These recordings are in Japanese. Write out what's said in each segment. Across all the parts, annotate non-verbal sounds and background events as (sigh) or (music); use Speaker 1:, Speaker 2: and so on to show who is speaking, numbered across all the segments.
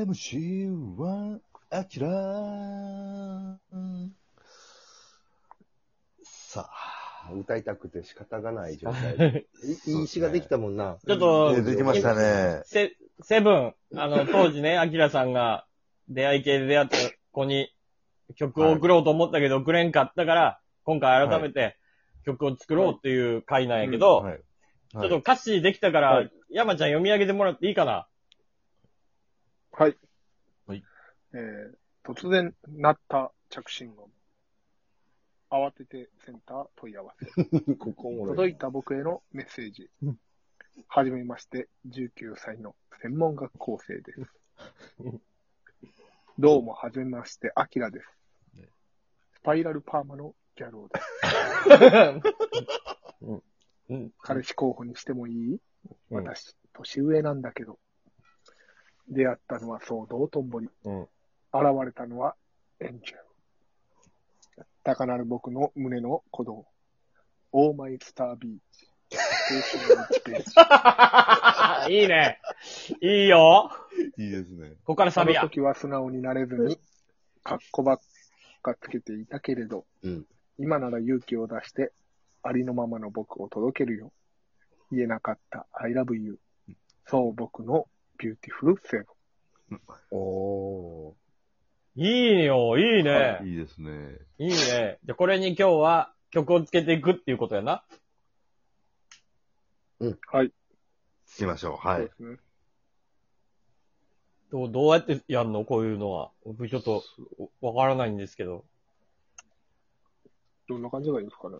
Speaker 1: OMC1 アキラーさあ、
Speaker 2: 歌いたくて仕方がない状
Speaker 3: (laughs)
Speaker 2: 態で。いいい詩ができたもんな。
Speaker 3: ちょっと
Speaker 4: え、できましたね。
Speaker 3: セ、セブン、あの、当時ね、アキラさんが出会い系で出会った子に曲を送ろうと思ったけど、送れんかったから、今回改めて曲を作ろうっていう回なんやけど、
Speaker 4: はい。
Speaker 3: ちょっと歌詞できたから、山ちゃん読み上げてもらっていいかな
Speaker 5: はい。
Speaker 1: はい。
Speaker 5: えー、突然鳴った着信音。慌ててセンター問い合わせ。
Speaker 2: ここも
Speaker 5: 届いた僕へのメッセージ。はじめまして、19歳の専門学校生
Speaker 3: (laughs)
Speaker 5: です。どうもはじめまして、アキラです。スパイラルパーマのギャローです。
Speaker 3: うん。
Speaker 5: 彼氏候補にしてもいい
Speaker 3: うん
Speaker 5: 私、年上なんだけど。出会ったのは騒動とんぼり。
Speaker 3: うん
Speaker 5: 現れたのはエンジェル。高鳴る僕の胸の鼓動。オーマイスタービーチ。青春の1ページ。
Speaker 3: いいね。いいよ。
Speaker 4: いいですね。
Speaker 3: ここからサ
Speaker 5: そ
Speaker 3: ビ
Speaker 5: の
Speaker 3: や。
Speaker 5: 時は素直になれずに、カッコばっかつけていたけれど、
Speaker 2: うん
Speaker 5: 今なら勇気を出して、ありのままの僕を届けるよ。言えなかった I love you。そう僕のビューティフルセブン。
Speaker 2: お
Speaker 3: いいよ、いいね。
Speaker 4: いいですね。
Speaker 3: いいね。じゃ、これに今日は曲をつけていくっていうことやな。
Speaker 5: はい。
Speaker 4: 行きましょう。は
Speaker 5: そう
Speaker 4: い
Speaker 5: で。すね。
Speaker 3: どう、どうやってやんのこういうのは。僕ちょっと、わからないんですけ
Speaker 4: (laughs)
Speaker 3: ど。
Speaker 5: どんな感じがいいですかね。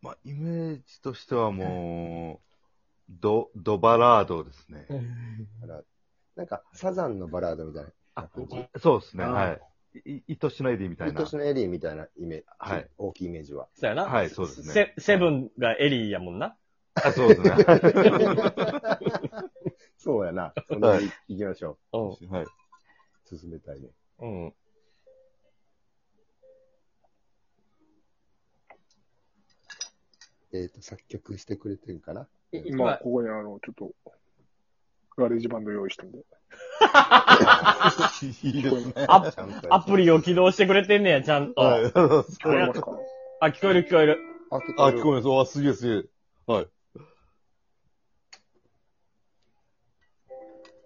Speaker 4: まあ、イメージとしてはもう、ド、ドバラードですね。
Speaker 2: なんか、サザンのバラードみたいな。
Speaker 4: あ
Speaker 2: 感じ
Speaker 4: そうですね。
Speaker 2: あー
Speaker 4: はい。い、いとしないでみたいな
Speaker 2: 今。年のエリーみたいなイメージ。
Speaker 4: はい
Speaker 2: 大きいイメージは。
Speaker 3: そうやな。
Speaker 4: はい、そうですね
Speaker 3: セ。セブンがエリーやもんな。
Speaker 4: あ、そうですね。 (laughs) はい
Speaker 2: そうやな。そんなに行きましょ
Speaker 3: うん。
Speaker 4: はい。
Speaker 2: う。進めたいね。
Speaker 3: うん。
Speaker 2: えっ、と、作曲してくれてるかな
Speaker 5: 今、
Speaker 3: 今、
Speaker 5: ここにあの、ちょっと、ガレージバンド用意してんで。
Speaker 4: いいですね。
Speaker 3: ア
Speaker 2: ちゃんとや
Speaker 3: ア
Speaker 2: っ
Speaker 3: プリを起動してくれてんねや、ちゃんと。
Speaker 4: はい。
Speaker 5: 聞こえますか
Speaker 3: あ、聞こえる聞こえる。
Speaker 2: あ、
Speaker 4: (laughs) あ、
Speaker 2: 聞
Speaker 4: 聞こえます。わ、すげえすげえ。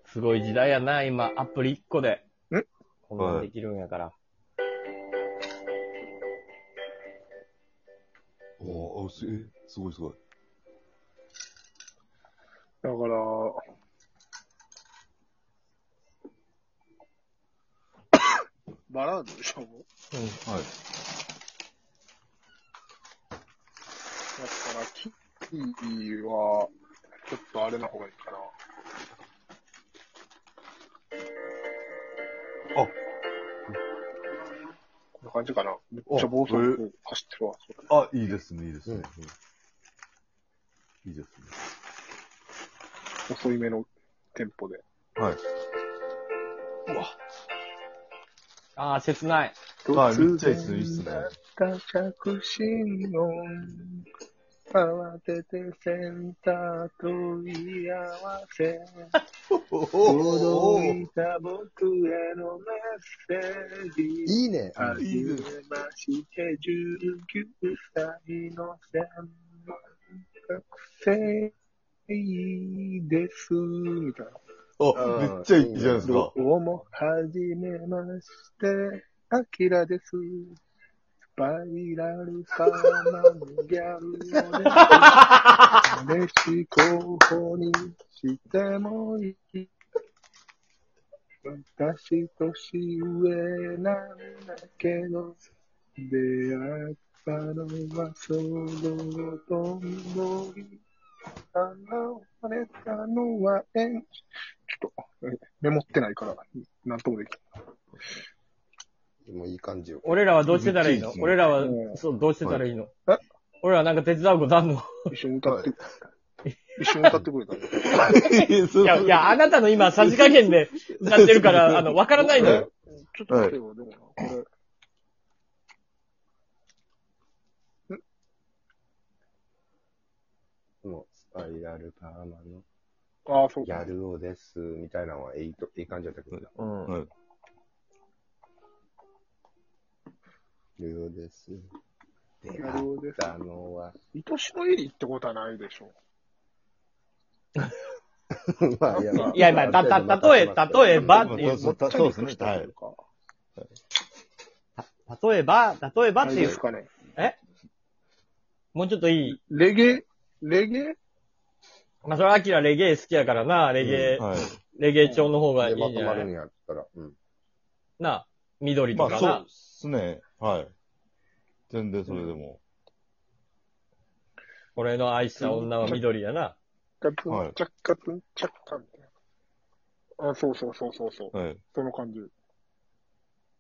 Speaker 3: すごい時代やな、今。アプリ1個で。
Speaker 5: ん
Speaker 3: こんなんできるんやから。
Speaker 4: おー、あすえすごいすごい。
Speaker 5: だから、バラードでしょ
Speaker 4: はい。
Speaker 5: だから、キーは、ちょっとあれの方がいいかな。
Speaker 4: あ
Speaker 5: こんな感じかな。めっちゃ暴走族走ってるわ。
Speaker 4: あ、いいですね、いいですね。いいですね。
Speaker 5: 遅いめのテンポで。
Speaker 4: はい。
Speaker 3: あー、切ない。
Speaker 4: あ、めっちゃいいっすね、いいっすね。
Speaker 5: た着信音。慌ててセンター問い合わせ。届いた僕へのメッセージ。
Speaker 2: いいね。
Speaker 5: はじ
Speaker 4: いい
Speaker 5: め
Speaker 4: ね
Speaker 5: まして、19歳の専門学生です。みたいな。
Speaker 4: あ、めっちゃいいじゃないですか
Speaker 5: ど。うも、はじめまして、あきらです。スパイラルパーマンギャルをです。嬉し候補にしてもいい。私年上なんだけど、出会ったのはそのとんぼり。現れたのはエンちょっと、えメモってないから、なんともでき
Speaker 2: もういい感じよ。
Speaker 3: 俺らはどうしてたらい
Speaker 4: めっ
Speaker 3: い
Speaker 4: ちゃいい
Speaker 3: の
Speaker 4: っすね
Speaker 3: 俺らは
Speaker 5: う、ん
Speaker 3: そう、どうしてたらいいの
Speaker 5: え
Speaker 3: 俺らなんか手伝うこと
Speaker 4: (laughs)
Speaker 3: あんの
Speaker 5: ない。一緒に歌って、一緒に歌ってくれたの。
Speaker 3: いや、いや、あなたの今、さじ加減
Speaker 4: (laughs)
Speaker 3: で歌ってるから、あの、わからないのよ。
Speaker 5: ちょっと待ってよ、でもな、これ。
Speaker 2: もう、スパイラルパーマの
Speaker 5: ああ、そう
Speaker 2: ギャ
Speaker 5: か。
Speaker 2: ル男です、みたいなのはえいと、えい感じだったけど。
Speaker 3: うん。
Speaker 4: はい。
Speaker 2: ギャル男です。出
Speaker 5: ギャル男
Speaker 2: 会
Speaker 5: で
Speaker 2: っ
Speaker 5: す
Speaker 2: たのは、
Speaker 5: 愛しのエリってことはないでしょ。
Speaker 2: (laughs) まあ、い
Speaker 3: いや、まあ、た、た、例え、例えばっていう、
Speaker 4: そうそうそうですね。は
Speaker 5: と
Speaker 4: い
Speaker 5: いう。か。
Speaker 3: 例えば、例えば
Speaker 5: あ
Speaker 3: っ
Speaker 5: れ
Speaker 3: てい
Speaker 5: で
Speaker 3: う
Speaker 5: す、かね。
Speaker 3: もうちょっといい。
Speaker 5: レゲエレゲエ
Speaker 3: まあ、それはアキラレゲエ好きやからな、レゲエ、
Speaker 4: はい。
Speaker 3: レゲエ調の方がいい
Speaker 2: で、
Speaker 3: んじ
Speaker 2: ま
Speaker 3: ゃ
Speaker 2: とま
Speaker 3: な
Speaker 2: る
Speaker 3: い
Speaker 2: んやったら、うん。
Speaker 3: なあ、緑
Speaker 4: ま
Speaker 3: と
Speaker 4: あ、
Speaker 3: か
Speaker 4: そ
Speaker 3: な。
Speaker 4: うっすね。はい。全然それでも。
Speaker 3: 俺の愛した女は緑やな。
Speaker 5: ガツ
Speaker 4: は
Speaker 5: ン
Speaker 4: い、
Speaker 5: チャッカツン、チャッカみたいな。あ、そうそうそうそうそう。
Speaker 4: はい。
Speaker 5: その感じ。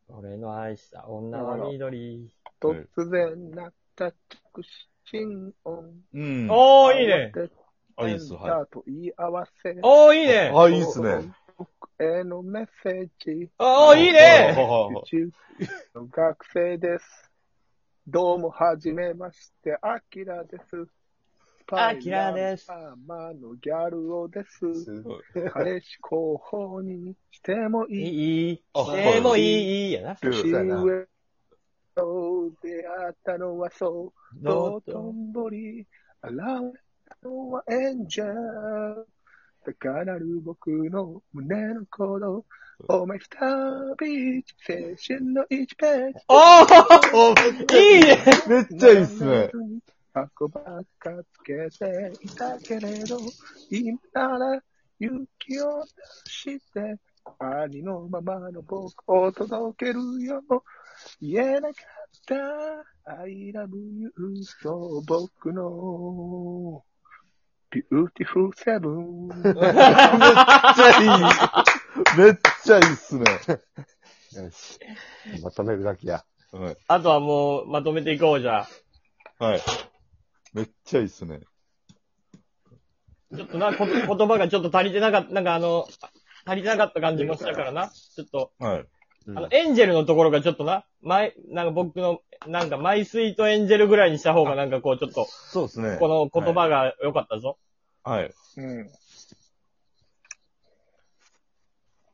Speaker 3: 俺の愛した女は緑。
Speaker 4: はい
Speaker 5: 突然なった着信音。
Speaker 4: うん。
Speaker 3: おー、いいね。
Speaker 4: あ、いいっす。は
Speaker 5: だと言い合わせ。
Speaker 3: おー、いいね
Speaker 4: い。。あ、いいっすね。
Speaker 5: 僕へのメッセージ。
Speaker 3: おー、いい
Speaker 4: は
Speaker 3: ね。
Speaker 4: ははは
Speaker 5: 中の学生です。どうも、はじめまして、アキラです。
Speaker 3: アキラです
Speaker 5: パイナンパーマのギャルをです。
Speaker 2: す
Speaker 5: 彼氏候補にしても
Speaker 3: い
Speaker 5: いい。
Speaker 3: い、いい。
Speaker 4: あ
Speaker 3: でもいい、いいやな。
Speaker 5: 年
Speaker 2: そうやな
Speaker 5: 上と出会ったのはそう。
Speaker 3: ど
Speaker 5: 道
Speaker 3: うぞ。
Speaker 5: 頓堀、現れたのはエンジェル。高鳴る僕の胸の鼓動。お前スタービーチ、青春の1ページ。
Speaker 3: おー、いいね。
Speaker 4: めっちゃいいっすね。。
Speaker 5: 箱ばっかつけていたけれど、今なら勇気を出して、ありのままの僕を届けるよ。言えなかった、I love you, そう僕の。Beautiful Seven。
Speaker 4: めっちゃいいっすね。
Speaker 2: よし。まとめるだけや。
Speaker 4: はい。
Speaker 3: (laughs) あとはもう、まとめていこうじゃあ。
Speaker 4: はい。めっちゃいいっすね。
Speaker 3: ちょっとな、こ言葉がちょっと足りてなかった、なんかあの、足りてなかった感じもしたからな。ちょっと、
Speaker 4: はい。
Speaker 3: あの、エンジェルのところがちょっとな、マイ、なんか僕の、なんかマイスイートエンジェルぐらいにした方がなんかこうちょっと、
Speaker 4: そうっすね
Speaker 3: この言葉が良かったぞ。
Speaker 4: はい。
Speaker 5: うん。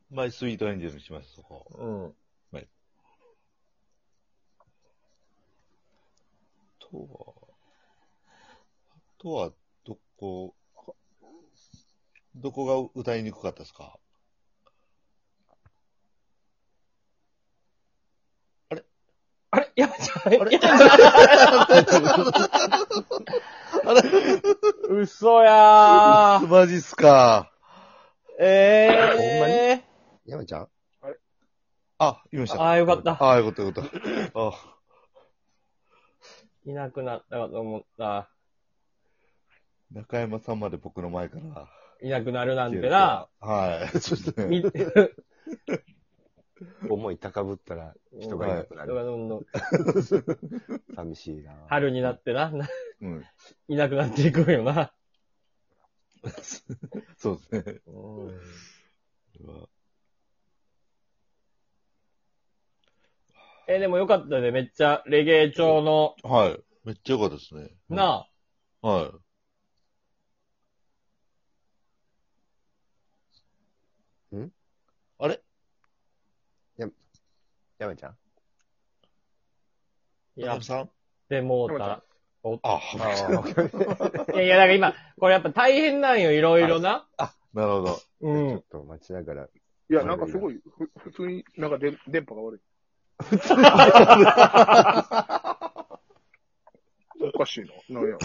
Speaker 4: マイスイートエンジェルにしました、そこ。
Speaker 3: うん。
Speaker 4: あとは、あとは、どこ、どこが歌いにくかったですか
Speaker 3: あれやっちゃう。嘘
Speaker 4: (laughs)
Speaker 3: やー。
Speaker 4: マジっすか。
Speaker 3: え
Speaker 2: 山ちゃん
Speaker 4: あ、いまし
Speaker 3: ー。
Speaker 4: た。
Speaker 3: ああ、よかった。
Speaker 4: ああ、よかった、よかった。あ
Speaker 3: いなくなったかと思った。
Speaker 4: 中山さんまで僕の前から。
Speaker 3: いなくなるなんてな。。
Speaker 4: はい。そして
Speaker 3: み
Speaker 4: ね。
Speaker 2: 思い高ぶったら (laughs) 人がいなくな
Speaker 3: 人が
Speaker 2: る。
Speaker 3: どんどん
Speaker 2: 寂しいな。
Speaker 3: 春になってな、 (laughs) な
Speaker 4: うん。
Speaker 3: いなくなっていくんよな。
Speaker 4: そうですね。
Speaker 3: うんえー、でもよかったね。めっちゃ、レゲエ調の、
Speaker 4: はい。めっちゃよかったですね。
Speaker 3: なあ、
Speaker 4: は
Speaker 2: 山ちゃん
Speaker 4: い。
Speaker 3: いや
Speaker 4: 中山さん
Speaker 3: でもうた。
Speaker 4: あ、
Speaker 2: (laughs)
Speaker 3: いやいや、だから今、これやっぱ大変なんよ、いろいろな。
Speaker 4: なるほど。
Speaker 2: ち
Speaker 3: う
Speaker 2: ょ
Speaker 3: ん
Speaker 2: っ。と待ちながら。
Speaker 5: いや、なんかすごい、ふ普通に、なんかで電波が (laughs) 悪い。おかしいな。なんや。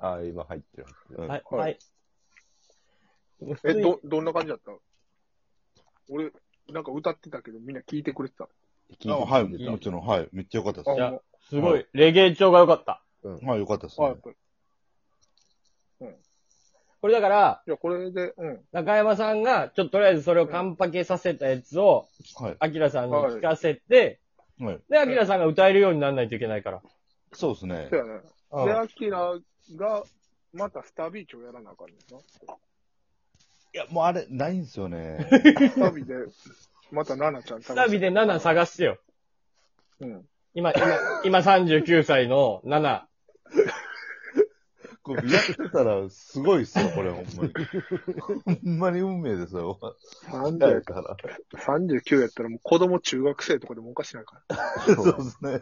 Speaker 2: ああ、今入ってる。
Speaker 3: はい、
Speaker 5: は
Speaker 3: はい
Speaker 5: い。え、ど、どんな感じだった俺、なんか歌ってたけど、みんな聞いてくれてた。
Speaker 2: 聞
Speaker 4: あはい。
Speaker 2: いてた
Speaker 4: もちろん、はい。めっちゃよかったです
Speaker 5: あ、
Speaker 4: ね。
Speaker 5: も
Speaker 3: すごい、レゲエ調が良かった。
Speaker 4: はい、よかったです
Speaker 5: う、あ、や
Speaker 4: ね
Speaker 5: っ。ぱり。
Speaker 3: これだから、
Speaker 5: いや、これで、うん。
Speaker 3: 中山さんが、ちょっととりあえずそれをカンパケさせたやつを、
Speaker 4: はい。
Speaker 3: アキラさんに聞かせて、
Speaker 4: はい。
Speaker 3: で、アキラさんが歌えるようにならないといけないから。
Speaker 4: そうですね
Speaker 5: そう。やね。
Speaker 3: うん
Speaker 5: で、アキラが、またスタービーチをやらなあかんねんな。
Speaker 4: いや、もうあれ、ないんですよ
Speaker 5: (laughs)
Speaker 4: ね。
Speaker 5: スタビで、またナナちゃん
Speaker 3: スタビ
Speaker 5: で。
Speaker 3: で7探してよ。
Speaker 5: うん。
Speaker 3: 今、今、今39歳の7。
Speaker 4: これやってたらすごいっすよ、これ、ほんまに。ほんまに運命ですよ。だ
Speaker 5: 30
Speaker 4: から。
Speaker 5: 39やったらもう子供中学生とかでもおかしないか
Speaker 4: そうですね。
Speaker 5: ら。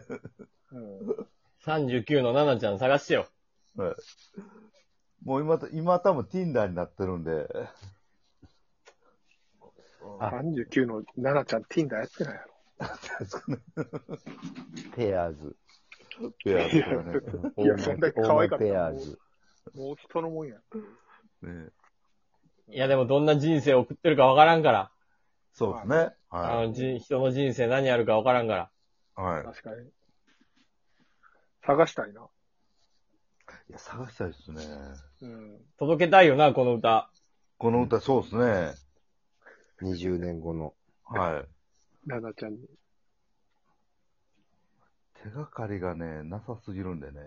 Speaker 5: うん。
Speaker 3: 39のナナちゃん探してよ。
Speaker 4: はい。もう今、今多分 Tinder になってるんで、
Speaker 3: あ
Speaker 5: 39の奈々ちゃん、ティンダーやってないやろ。
Speaker 2: ペアーズ。
Speaker 4: ペアですからね。
Speaker 5: いやそんだけ可愛かった
Speaker 2: オーマイペアーズ。
Speaker 5: もう人のもんや。
Speaker 4: ね
Speaker 3: いや、でもどんな人生を送ってるかわからんから。
Speaker 4: そうですね。
Speaker 3: あ
Speaker 4: は
Speaker 3: のじ人の人生何あるかわからんか
Speaker 4: い。
Speaker 3: ら。
Speaker 4: はい。
Speaker 5: 確かに。探したいな。
Speaker 4: いや、探したいですね。
Speaker 5: うん。
Speaker 3: 届けたいよな、この歌。
Speaker 4: この歌、そうですね。
Speaker 2: 20年後の。
Speaker 4: はい。
Speaker 5: 奈々ちゃんに。
Speaker 4: 手がかりがね、なさすぎるんでね。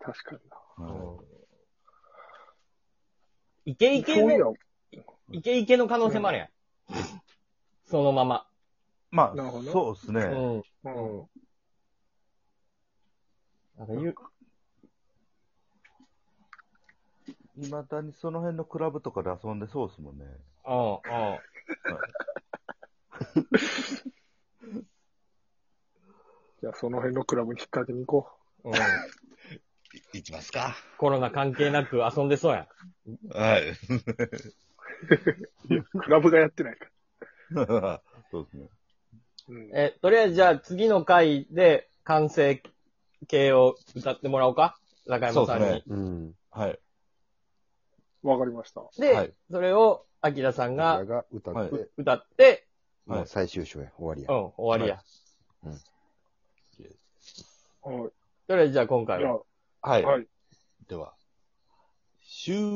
Speaker 5: 確かにな。
Speaker 4: は
Speaker 3: イケイケ
Speaker 5: そういや
Speaker 3: の、、イケイケの可能性もあるやん。そのまま。
Speaker 4: い、ま
Speaker 5: なるほ
Speaker 4: あ、
Speaker 5: ど
Speaker 4: そうですね。
Speaker 3: うん。
Speaker 5: うん。
Speaker 3: なんか言う、
Speaker 4: いまだにその辺のクラブとかで遊んでそうですもんね。
Speaker 3: うん、うん。
Speaker 5: じゃあその辺のクラブに引っ掛けに行こ
Speaker 3: うん、
Speaker 4: い (laughs) きますか。
Speaker 3: コロナ関係なく遊んでそうやん。
Speaker 4: はい。
Speaker 5: う。クラブがやってないから。
Speaker 4: (laughs) そうですね。
Speaker 5: うん。
Speaker 3: え、とりあえずじゃあ次の回で完成形を歌ってもらおうか中山さんに。
Speaker 4: そう
Speaker 3: で
Speaker 4: で
Speaker 2: うん。
Speaker 4: はい。
Speaker 5: わかりました。
Speaker 4: はい
Speaker 3: それを、アキラさん
Speaker 2: が
Speaker 3: が
Speaker 2: が歌って、
Speaker 4: はい
Speaker 3: 歌って、
Speaker 4: はい
Speaker 2: もう最終章や。終わりや。
Speaker 3: うん、終わりや。
Speaker 5: はい。
Speaker 3: とりあえずじゃあ今回
Speaker 5: じゃ
Speaker 3: は
Speaker 5: あ。
Speaker 4: はい。
Speaker 5: はい。
Speaker 4: では。
Speaker 1: 終了